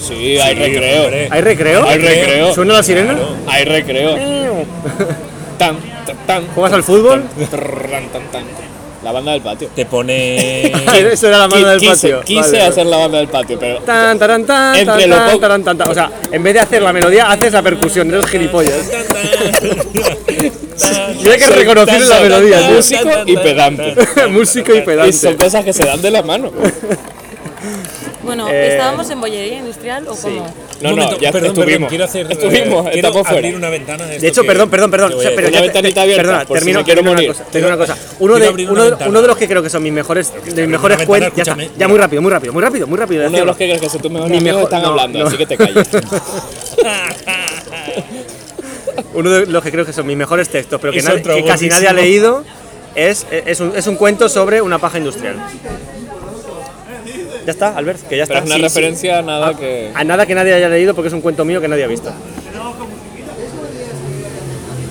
Speaker 4: Sí, hay
Speaker 1: Sí,
Speaker 4: recreo.
Speaker 1: hombre.
Speaker 2: ¿Hay recreo?
Speaker 4: Hay recreo.
Speaker 2: ¿Suena la sirena?
Speaker 1: Claro.
Speaker 4: Hay recreo. Tan, tan, tan.
Speaker 2: ¿Juegas al fútbol?
Speaker 4: Trrr, tan, tan, tan. La banda del patio.
Speaker 1: Te pone.
Speaker 2: Eso era la mano del
Speaker 4: Quise-
Speaker 2: patio.
Speaker 4: Quise
Speaker 2: Vale.
Speaker 4: hacer la banda del patio, pero
Speaker 2: Tan, taran, tan, tan,
Speaker 4: Entre lo
Speaker 2: tan,
Speaker 4: poco-
Speaker 2: taran, tan, tan. O sea, en vez de hacer la melodía, haces la percusión, eres gilipollas. Yo hay que
Speaker 4: Soy
Speaker 2: reconocer
Speaker 4: tan
Speaker 2: la
Speaker 4: tan
Speaker 2: melodía, tío.
Speaker 4: músico y pedante.
Speaker 2: Músico y
Speaker 4: Y son
Speaker 2: pedante.
Speaker 4: cosas que se dan de la mano.
Speaker 3: Bueno,
Speaker 2: Eh,
Speaker 3: ¿estábamos en bollería industrial o cómo?
Speaker 4: No,
Speaker 1: Un
Speaker 4: no,
Speaker 1: momento,
Speaker 4: ya
Speaker 1: perdón,
Speaker 4: estuvimos.
Speaker 1: perdón, quiero hacer. eh,
Speaker 4: Estuvimos,
Speaker 1: quiero
Speaker 4: estamos
Speaker 1: abrir
Speaker 4: fuera.
Speaker 1: una ventana.
Speaker 2: De hecho, perdón, perdón, perdón.
Speaker 1: que Eh, voy a
Speaker 2: o sea, pero
Speaker 1: decir.
Speaker 4: Una
Speaker 2: ya-
Speaker 4: ventanita abierta,
Speaker 2: Perdona,
Speaker 4: por si
Speaker 2: termino,
Speaker 4: me quiero
Speaker 2: termino
Speaker 4: morir.
Speaker 2: Una cosa, termino una cosa. Uno
Speaker 1: quiero
Speaker 2: de,
Speaker 1: abrir una
Speaker 2: uno, de-
Speaker 1: ventana.
Speaker 2: uno de los que creo que son mis mejores, de mis mejores
Speaker 1: una ventana,
Speaker 2: cuentos. Ya, está,
Speaker 1: escúchame.
Speaker 2: ya muy rápido, muy rápido, muy rápido, muy rápido.
Speaker 4: Uno de
Speaker 2: decíamos.
Speaker 4: los que crees que son tus mejores
Speaker 2: Mi
Speaker 4: amigos
Speaker 2: mejor-
Speaker 4: están
Speaker 2: no,
Speaker 4: hablando,
Speaker 2: no.
Speaker 4: así que te callas.
Speaker 2: Uno de los que creo que son mis mejores textos, pero que,
Speaker 1: Es
Speaker 2: nadie-
Speaker 1: otro
Speaker 2: que casi
Speaker 1: buenísimo.
Speaker 2: nadie ha leído, es, es, un, es un cuento sobre una paja industrial. Ya está, Albert, que ya está.
Speaker 4: Pero es una
Speaker 2: Sí, Ah. sí.
Speaker 4: referencia a nada que.
Speaker 2: A nada que nadie haya leído porque es un cuento mío que nadie ha visto.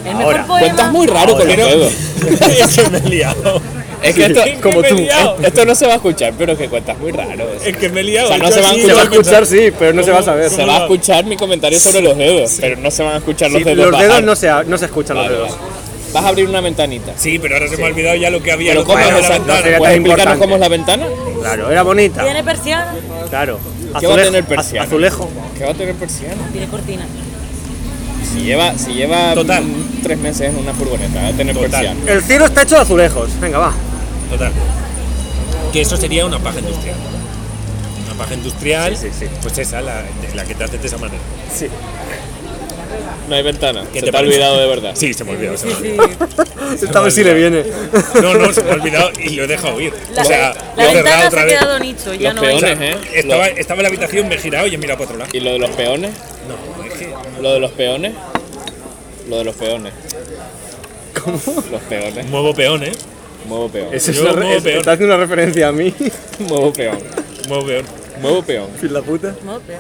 Speaker 3: El mejor
Speaker 2: Ahora,
Speaker 3: poema.
Speaker 4: Cuentas muy raro con los dedos.
Speaker 1: es que me he liado.
Speaker 4: Es que esto,
Speaker 2: como tú. eh.
Speaker 4: esto no se va a escuchar, pero que cuentas muy raro.
Speaker 1: Es que me he liado.
Speaker 4: O sea, no
Speaker 1: Yo
Speaker 4: se va a
Speaker 1: así
Speaker 2: Se va a
Speaker 1: lo he pensado.
Speaker 2: escuchar, sí, pero no se va a saber.
Speaker 4: Se va a escuchar mi comentario sobre los dedos, pero no se van a escuchar los
Speaker 2: Sí,
Speaker 4: dedos.
Speaker 2: los dedos
Speaker 4: bajar.
Speaker 2: no se, ha- no se escuchan
Speaker 4: Vale,
Speaker 2: los dedos.
Speaker 4: vas a abrir una ventanita.
Speaker 1: Sí, pero ahora se me ha olvidado ya lo que había.
Speaker 4: Pero
Speaker 1: lo que
Speaker 4: ¿cómo es
Speaker 1: había en la
Speaker 4: esa-
Speaker 1: ventana.
Speaker 2: no sería
Speaker 4: ¿Puedes
Speaker 2: tan
Speaker 4: explicarnos
Speaker 2: importante.
Speaker 4: cómo es la ventana?
Speaker 2: Claro, era bonita.
Speaker 3: Tiene persiana,
Speaker 2: Claro.
Speaker 4: ¿Qué va a tener persiana?
Speaker 2: Azulejo.
Speaker 4: ¿Qué va a tener persiana?
Speaker 3: tiene cortina.
Speaker 4: Si lleva, si lleva
Speaker 1: Total.
Speaker 4: mm, tres meses en una furgoneta, va a tener
Speaker 1: Total.
Speaker 4: persiana.
Speaker 2: El cielo está hecho de azulejos. Venga, va.
Speaker 1: Total. Que eso sería una paja industrial. Una paja industrial,
Speaker 2: Sí, sí, sí.
Speaker 1: pues esa, la, de la que te haces de esa manera.
Speaker 2: Sí.
Speaker 4: No hay ventana.
Speaker 1: ¿Qué
Speaker 4: Se
Speaker 1: te
Speaker 4: te, ha
Speaker 1: parece?
Speaker 4: olvidado de verdad.
Speaker 1: Sí, se me olvidó. se me olvidó.
Speaker 2: Esta vez sí le viene.
Speaker 1: No, no, se me ha olvidado y lo he dejado ir.
Speaker 3: La,
Speaker 1: o sea,
Speaker 3: la
Speaker 1: lo he cerrado
Speaker 3: ventana se
Speaker 1: otra
Speaker 3: ha
Speaker 1: vez.
Speaker 3: quedado nicho, ya
Speaker 4: Los
Speaker 3: no
Speaker 1: O sea,
Speaker 4: peones.
Speaker 3: entra.
Speaker 4: ¿eh?
Speaker 1: estaba, estaba en la habitación, me he girado y he mirado para otro lado.
Speaker 4: ¿Y lo de los peones?
Speaker 1: No, es que.
Speaker 4: ¿Lo de los peones? Lo de los peones. ¿Cómo? Los peones.
Speaker 1: Muevo peón, ¿eh?
Speaker 4: Muevo peón.
Speaker 2: Eso es
Speaker 1: Yo
Speaker 2: una
Speaker 1: como
Speaker 2: re- es-
Speaker 1: peón.
Speaker 2: está haciendo una referencia a mí.
Speaker 4: Muevo peón.
Speaker 1: Muevo peón.
Speaker 4: Muevo peón.
Speaker 2: Fin la puta.
Speaker 3: No, pero-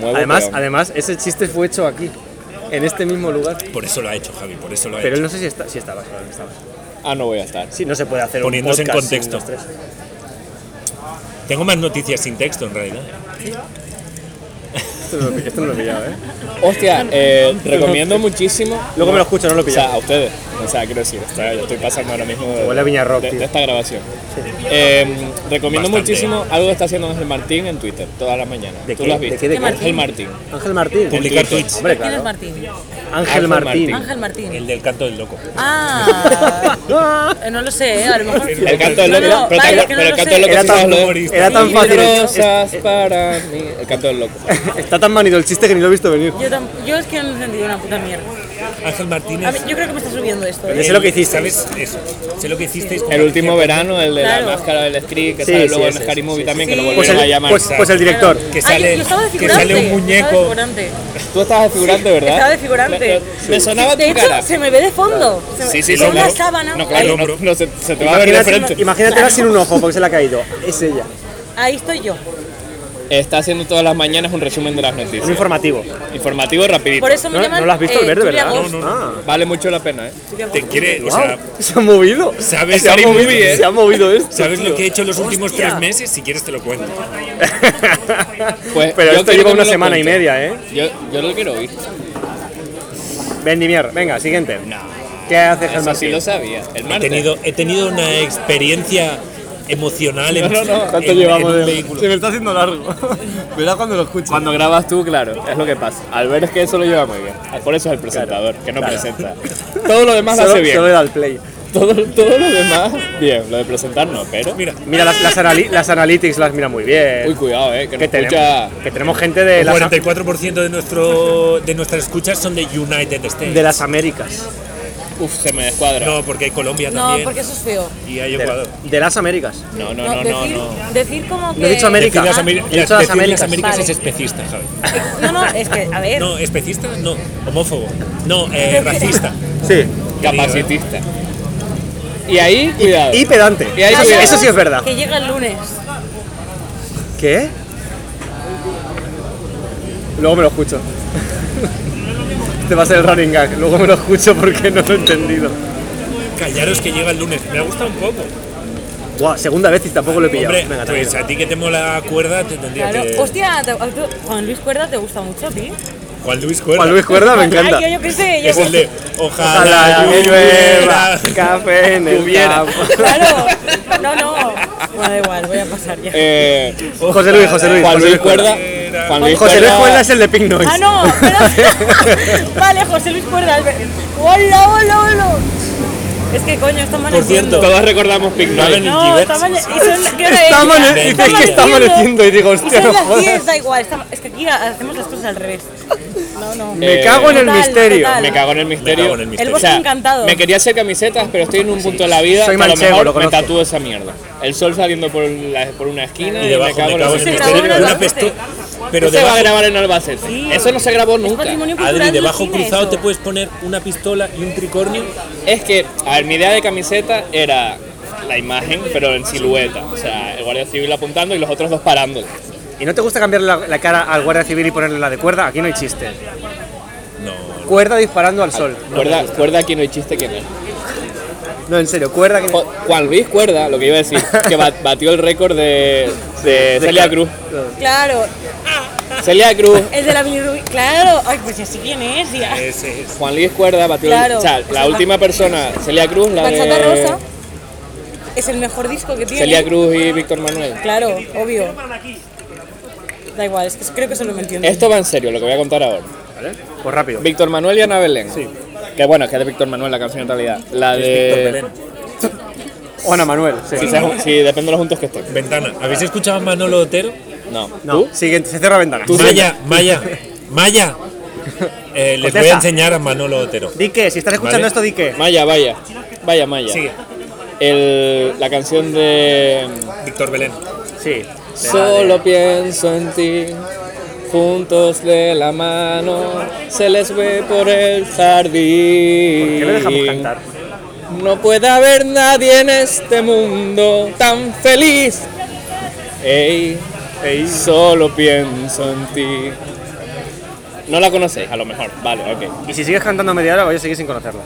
Speaker 4: Muevo
Speaker 2: Además,
Speaker 4: peón.
Speaker 2: además, ese chiste fue hecho aquí. En este mismo lugar.
Speaker 1: Por eso lo ha hecho Javi, por eso lo ha
Speaker 2: Pero
Speaker 1: hecho.
Speaker 2: él no sé si está. Sí estaba, claro que estaba.
Speaker 4: Ah, no voy a estar.
Speaker 2: Sí, no se puede hacer un
Speaker 1: Poniéndose en
Speaker 2: podcast sin
Speaker 1: contexto.
Speaker 2: los tres.
Speaker 1: Tengo más noticias sin texto en realidad.
Speaker 2: Esto no lo he- esto no lo he pillado, ¿eh?
Speaker 4: Hostia, eh, recomiendo muchísimo.
Speaker 2: Luego me lo escucho, no lo he
Speaker 4: O sea,
Speaker 2: pillado.
Speaker 4: a ustedes. O sea, quiero decir, o sea, yo estoy pasando ahora mismo de,
Speaker 2: Huele a Viña Rock,
Speaker 4: de-
Speaker 2: tío.
Speaker 4: de esta grabación. Eh, recomiendo
Speaker 1: Bastante.
Speaker 4: muchísimo algo que está haciendo Ángel Martín en Twitter todas las mañanas.
Speaker 2: ¿De
Speaker 4: ¿Tú
Speaker 2: qué?
Speaker 4: lo has
Speaker 2: ¿De
Speaker 4: visto?
Speaker 2: qué? ¿De
Speaker 3: qué?
Speaker 4: Ángel Martín.
Speaker 2: Ángel Martín.
Speaker 1: Publicar
Speaker 4: Twitter.
Speaker 1: tweets.
Speaker 2: Hombre,
Speaker 3: ¿Quién es
Speaker 2: claro.
Speaker 3: Martín?
Speaker 2: Ángel Martín.
Speaker 3: Ángel Martín.
Speaker 1: El del canto del loco.
Speaker 3: Ah, eh, no lo sé, eh, a lo mejor.
Speaker 4: El canto del
Speaker 3: No,
Speaker 4: loco.
Speaker 3: no,
Speaker 4: pero
Speaker 3: vale,
Speaker 4: tal-
Speaker 3: es que no
Speaker 4: pero
Speaker 3: lo
Speaker 4: el canto
Speaker 3: sé.
Speaker 2: Era tan
Speaker 4: del loco sí sabes lo de-
Speaker 1: humorista.
Speaker 2: Era tan fácil. hecho.
Speaker 4: Rosas para mí. El canto del loco.
Speaker 2: Está tan manido el chiste que ni lo he visto venir.
Speaker 3: Yo, tam- yo es que no he entendido una puta mierda.
Speaker 1: Ángel Martínez.
Speaker 3: A mí- yo creo que me está subiendo esto.
Speaker 2: Pero
Speaker 3: ¿eh?
Speaker 2: sé lo que hicisteis.
Speaker 1: ¿Sabes? Eso. Sé lo que hicisteis. con
Speaker 4: El último verano, el de
Speaker 3: Claro.
Speaker 4: la máscara del street, que
Speaker 2: Sí,
Speaker 4: sale
Speaker 2: sí,
Speaker 4: luego en
Speaker 2: ese,
Speaker 4: Scary
Speaker 2: sí,
Speaker 4: Movie
Speaker 2: sí,
Speaker 4: también,
Speaker 3: sí.
Speaker 4: que lo
Speaker 2: Pues
Speaker 4: volvieron a
Speaker 2: el,
Speaker 4: llamar.
Speaker 2: pues, pues el director.
Speaker 1: Que
Speaker 3: Ah, yo-
Speaker 1: sale,
Speaker 3: yo estaba de
Speaker 1: que
Speaker 3: figurante,
Speaker 1: sale un
Speaker 3: Estaba de
Speaker 1: muñeco.
Speaker 3: figurante.
Speaker 2: pues-
Speaker 4: Tú estabas de figurante, ¿verdad?
Speaker 3: Estaba de figurante.
Speaker 4: Me sonaba
Speaker 3: De
Speaker 4: tu
Speaker 3: hecho,
Speaker 4: cara.
Speaker 3: se me ve de fondo. Se me-
Speaker 4: Sí, sí,
Speaker 3: Con
Speaker 4: no,
Speaker 3: una
Speaker 4: claro.
Speaker 3: sábana.
Speaker 4: No, claro,
Speaker 3: ahí,
Speaker 4: no, no, se, se te va a ver de
Speaker 2: Imagínate,
Speaker 4: frente.
Speaker 2: imagínatela sin un ojo porque se le ha caído. Es ella.
Speaker 3: ahí estoy yo.
Speaker 4: Está haciendo todas las mañanas un resumen de las noticias.
Speaker 2: Un informativo.
Speaker 4: informativo rapidito.
Speaker 3: Por eso me
Speaker 2: No,
Speaker 3: llaman.
Speaker 2: no lo has visto el
Speaker 3: eh,
Speaker 2: verde,
Speaker 3: Julia
Speaker 2: ¿verdad?
Speaker 3: Ghost.
Speaker 2: Ah,
Speaker 4: Vale mucho la pena, ¿eh?
Speaker 3: Julia Ghost.
Speaker 1: Te quiere. O
Speaker 2: wow.
Speaker 1: sea,
Speaker 2: Se ha movido.
Speaker 1: ¿sabes,
Speaker 2: Se ha
Speaker 1: Scary
Speaker 2: movido,
Speaker 1: Movie, eh?
Speaker 2: se ha movido esto.
Speaker 1: ¿Sabes lo que he hecho en los últimos
Speaker 3: Hostia.
Speaker 1: tres meses? Si quieres te lo cuento.
Speaker 4: Pues,
Speaker 2: Pero
Speaker 4: yo
Speaker 2: esto
Speaker 4: quiero
Speaker 2: lleva
Speaker 4: que me
Speaker 2: una
Speaker 4: lo
Speaker 2: semana y
Speaker 4: cuente.
Speaker 2: media, ¿eh?
Speaker 4: Yo, yo lo quiero oír.
Speaker 2: Vendimier, venga, siguiente. ¿Qué hace Ángel
Speaker 4: Eso sí
Speaker 2: Martín?
Speaker 4: lo sabía.
Speaker 1: He
Speaker 4: El martes.
Speaker 1: tenido, he tenido una experiencia emocional en,
Speaker 4: No, no, no.
Speaker 1: en- en un vehículo.
Speaker 2: me está haciendo largo. Verás cuando lo escucho.
Speaker 4: Cuando grabas tú, claro, es lo que pasa. Al ver es que eso lo lleva muy bien. Ah, Por eso es el presentador, que no presenta. Todo lo demás lo hace
Speaker 2: Solo,
Speaker 4: bien.
Speaker 2: solo da el play.
Speaker 4: Todo, todo lo demás, bien. Lo de presentar no, pero.
Speaker 1: Mira,
Speaker 2: Mira, las, las, anali- las analytics las mira muy bien.
Speaker 4: Uy, cuidado, eh, que no
Speaker 2: que,
Speaker 4: escucha.
Speaker 2: tenemos, que tenemos gente de
Speaker 1: el
Speaker 2: las,
Speaker 1: 44% de, nuestro, de nuestras escuchas son de United States.
Speaker 2: de las Américas.
Speaker 4: Uf, se me descuadra.
Speaker 1: No, porque hay Colombia
Speaker 3: No,
Speaker 1: también
Speaker 3: porque eso es feo.
Speaker 1: y hay
Speaker 2: De,
Speaker 1: Ecuador.
Speaker 2: de las Américas.
Speaker 4: No, no, no, no,
Speaker 3: decir,
Speaker 4: no.
Speaker 3: decir como que.
Speaker 2: No he dicho América.
Speaker 1: Decir las,
Speaker 3: Ah,
Speaker 1: Ameri-
Speaker 2: Ah,
Speaker 1: las-
Speaker 2: he dicho las
Speaker 1: decir
Speaker 2: Américas.
Speaker 1: las Américas es
Speaker 3: Vale.
Speaker 1: especista, Javi.
Speaker 3: No, no, es que, a ver.
Speaker 1: No, especista, no. Homófobo. No, eh, racista.
Speaker 2: Sí.
Speaker 4: Capacitista. Y ahí, cuidado.
Speaker 2: Y pedante.
Speaker 4: Y ahí
Speaker 2: Eso-
Speaker 4: cuidado.
Speaker 2: eso sí es verdad.
Speaker 3: Que llega el lunes.
Speaker 2: ¿Qué? Luego me lo escucho. Este va a ser el running gag. Luego me lo escucho porque no lo he entendido.
Speaker 1: Callaros que llega el lunes. Me ha gustado un poco.
Speaker 2: Buah, segunda vez y tampoco lo he pillado.
Speaker 1: Hombre,
Speaker 2: Venga,
Speaker 1: pues
Speaker 2: tranquilo.
Speaker 1: a ti que te mola cuerda, te tendría
Speaker 3: Claro.
Speaker 1: que.
Speaker 3: Hostia, te- a tú- Juan Luis Cuerda te gusta mucho, tío.
Speaker 1: Juan Luis Cuerda.
Speaker 2: Juan Luis Cuerda me
Speaker 3: Ay,
Speaker 2: encanta.
Speaker 3: yo, yo qué sé. Yo
Speaker 1: Es el de. Ojalá,
Speaker 2: Ojalá llueva
Speaker 1: llueva.
Speaker 2: café en el
Speaker 4: Hubiera.
Speaker 2: campo.
Speaker 3: Claro. No, no. Bueno, da igual, voy a pasar ya.
Speaker 4: Eh,
Speaker 2: José Luis, José Luis.
Speaker 4: Juan
Speaker 2: José
Speaker 4: Luis
Speaker 2: Luis Cuerda.
Speaker 4: Cuerda. Juan Luis
Speaker 2: José Luis
Speaker 4: Cuerda-
Speaker 2: Cuerda es el de Pink Noise.
Speaker 3: Ah, no, espera. vale, José Luis Cuerda. Albert. Hola, hola, hola. Es que coño, está mal.
Speaker 1: Por cierto,
Speaker 4: Todos recordamos Pink Noise.
Speaker 3: No, está mal.
Speaker 2: Está amane-
Speaker 1: dice
Speaker 3: Dices
Speaker 1: que
Speaker 2: está amaneciendo y digo, hostia, no
Speaker 3: las
Speaker 2: jodas.
Speaker 3: 10, da igual. está- es que aquí hacemos las cosas al revés. No, no.
Speaker 2: Me
Speaker 4: Eh,
Speaker 2: cago en el
Speaker 3: total,
Speaker 2: misterio.
Speaker 3: total.
Speaker 4: Me cago en el misterio.
Speaker 1: Me cago en el misterio.
Speaker 3: El bosque encantado.
Speaker 4: Me quería hacer camisetas, pero estoy en un punto de la vida
Speaker 2: Soy
Speaker 4: que a lo
Speaker 2: manchego,
Speaker 4: mejor
Speaker 2: lo
Speaker 4: me
Speaker 2: conozco.
Speaker 4: tatúo esa mierda. El sol saliendo por, la- por una esquina y,
Speaker 1: Y debajo
Speaker 4: me cago, en el
Speaker 3: en el
Speaker 4: misterio.
Speaker 3: misterio.
Speaker 1: Una pestu- Pero
Speaker 4: Eso se va a
Speaker 1: debajo,
Speaker 4: grabar en Albacete.
Speaker 3: Sí.
Speaker 4: Eso no se grabó
Speaker 3: Es
Speaker 4: nunca.
Speaker 3: patrimonio cultural
Speaker 1: Adri,
Speaker 3: del
Speaker 1: debajo
Speaker 3: cine,
Speaker 1: cruzado
Speaker 3: eso.
Speaker 1: te puedes poner una pistola y un tricornio.
Speaker 4: Es que, a ver, mi idea de camiseta era la imagen, pero en silueta. O sea, el guardia civil apuntando y los otros dos parándola.
Speaker 2: ¿Y no te gusta cambiar la, la cara al guardia civil y ponerle la de cuerda? Aquí no hay chiste.
Speaker 1: No.
Speaker 2: Cuerda disparando al sol.
Speaker 4: Cuerda, cuerda aquí no hay chiste que no.
Speaker 2: No, en serio, cuerda que...
Speaker 4: Jo- Juan Luis Cuerda, lo que iba a decir, que bat- batió el récord de, de Celia Cruz.
Speaker 3: Claro.
Speaker 4: Celia Cruz,
Speaker 3: El de la bilirrubina. Claro. Ay, pues así quién es, ya.
Speaker 1: Ese es.
Speaker 4: Juan Luis Cuerda, Batiol-
Speaker 3: Claro,
Speaker 4: o sea,
Speaker 3: esa
Speaker 4: la
Speaker 3: es
Speaker 4: última
Speaker 3: la-
Speaker 4: persona, Celia Cruz, la
Speaker 3: Bachata
Speaker 4: de
Speaker 3: Rosa es el mejor disco que tiene.
Speaker 4: Celia Cruz y Víctor Manuel.
Speaker 3: Claro, obvio. Da igual, es que creo que solo me entiendo.
Speaker 4: Esto va en serio, lo que voy a contar ahora.
Speaker 2: ¿Vale? Pues rápido.
Speaker 4: Víctor Manuel y Ana Belén. Sí. Que bueno, es que es de Víctor Manuel la canción en realidad. La
Speaker 1: Víctor
Speaker 4: de.
Speaker 1: Belén.
Speaker 2: O Ana Manuel, sí.
Speaker 4: Si, se- si depende de los juntos que estén.
Speaker 1: Ventana. ¿Habéis escuchado a Manolo Otero?
Speaker 4: No.
Speaker 2: No, siguiente, se cierra ventana.
Speaker 1: Maya, Maya, Maya. Eh, les voy a
Speaker 2: Contesta.
Speaker 1: enseñar a Manolo Otero.
Speaker 2: Di que, si estás escuchando
Speaker 1: Vale.
Speaker 2: esto, di que.
Speaker 4: Maya, vaya. Vaya, Maya.
Speaker 1: Sigue.
Speaker 4: El- la canción de.
Speaker 1: Víctor Belén.
Speaker 2: Sí.
Speaker 4: Solo pienso en ti. Juntos de la mano. Se les ve por el jardín.
Speaker 2: ¿Por qué le dejamos cantar?
Speaker 4: No puede haber nadie en este mundo tan feliz. Ey,
Speaker 2: Ey.
Speaker 4: solo pienso en ti. No la conocéis, a lo mejor. Vale, ok.
Speaker 2: Y si sigues cantando a media hora, voy a seguir sin conocerla.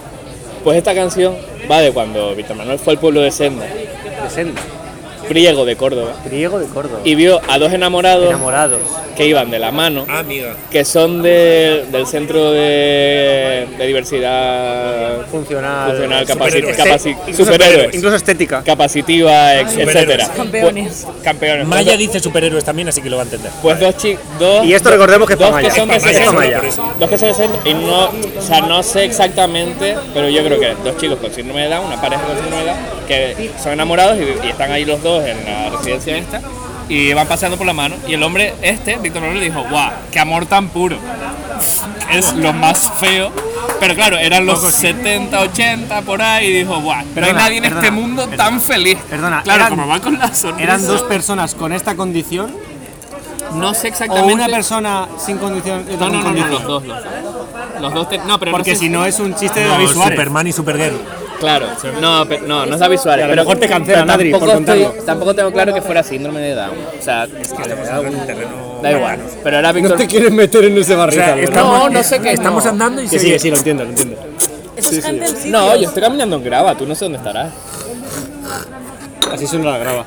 Speaker 4: Pues esta canción va de cuando Víctor Manuel fue al pueblo de Senda,
Speaker 2: De Senda,
Speaker 4: griego de Córdoba,
Speaker 2: griego de Córdoba.
Speaker 4: y vio a dos enamorados
Speaker 2: Enamorados.
Speaker 4: que iban de la mano,
Speaker 1: Ah, amiga.
Speaker 4: que son de- del centro de, de diversidad
Speaker 2: Funcional.
Speaker 4: funcional,
Speaker 1: Superhéroes.
Speaker 4: capaci- capaci-
Speaker 2: Incluso
Speaker 4: superhéroes,
Speaker 2: Incluso estética.
Speaker 4: capacitiva, ex-
Speaker 1: Superhéroes.
Speaker 4: etcétera.
Speaker 3: Campeones.
Speaker 4: Pues- Campeones.
Speaker 1: Maya
Speaker 4: Pues-
Speaker 1: dice superhéroes también, así que lo va a entender.
Speaker 4: Pues dos chicos, dos.
Speaker 2: Y esto recordemos que es
Speaker 4: dos
Speaker 2: pa' Maya.
Speaker 4: que son de
Speaker 1: Es pa'
Speaker 4: ese
Speaker 1: Maya, solo
Speaker 4: centro.
Speaker 1: por eso.
Speaker 4: Dos que son de ese centro. Y no, o sea, no sé exactamente, pero yo creo que dos chicos con síndrome de Down, una pareja con síndrome de Down, que son enamorados y, y están ahí los dos en la residencia esta. Y van paseando por la mano. Y el hombre este, Víctor Manuel, dijo, guau, qué amor tan puro. Es lo más feo. Pero claro, eran los 70, 80 por ahí y dijo, guau, no hay
Speaker 2: Perdona,
Speaker 4: nadie en
Speaker 2: perdona,
Speaker 4: este mundo tan feliz.
Speaker 2: Perdona,
Speaker 4: claro,
Speaker 2: eran-
Speaker 4: como va con la sonrisa.
Speaker 6: Eran dos personas con esta condición
Speaker 4: No sé
Speaker 6: o
Speaker 4: exactamente.
Speaker 6: una persona sin condición. y otra con
Speaker 4: No, no, no, no,
Speaker 6: condición?
Speaker 4: los dos, los dos. Los dos te- no, pero
Speaker 6: Porque
Speaker 4: no sé
Speaker 6: si no es un chiste de
Speaker 1: No,
Speaker 6: David Suárez.
Speaker 1: Superman y Supergirl.
Speaker 4: Claro, no, pe- no, no es David Suárez.
Speaker 2: a lo
Speaker 4: pero
Speaker 2: mejor te cancelan,
Speaker 4: pero
Speaker 2: Adri, por
Speaker 4: tampoco estoy-
Speaker 2: contarlo.
Speaker 4: Tampoco tengo claro que fuera síndrome de Down. O sea,
Speaker 1: Estamos entrando en terreno.
Speaker 4: da igual. Pero era Víctor.
Speaker 2: quieres meter en ese
Speaker 1: O
Speaker 2: barril.
Speaker 1: sea, estamos,
Speaker 4: no sé qué,
Speaker 1: Estamos
Speaker 4: no.
Speaker 1: andando y
Speaker 2: Que
Speaker 1: se
Speaker 2: sí, que sí, lo entiendo, lo entiendo.
Speaker 4: Eh,
Speaker 3: Eso es gente del sitio.
Speaker 4: No, yo estoy caminando en grava, tú no sé dónde estarás.
Speaker 2: Así suena la graba.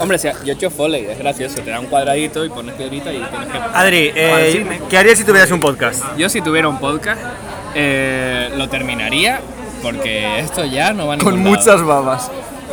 Speaker 4: Hombre, si yo he hecho foley, es gracioso. Te da un cuadradito y pones piedrita y tienes que.
Speaker 2: Adri, eh,
Speaker 4: Vale, sí, me-
Speaker 2: ¿qué harías si tuvieras un podcast?
Speaker 4: Yo si tuviera un podcast, eh, lo terminaría porque esto ya no va a ningún lado.
Speaker 6: babas.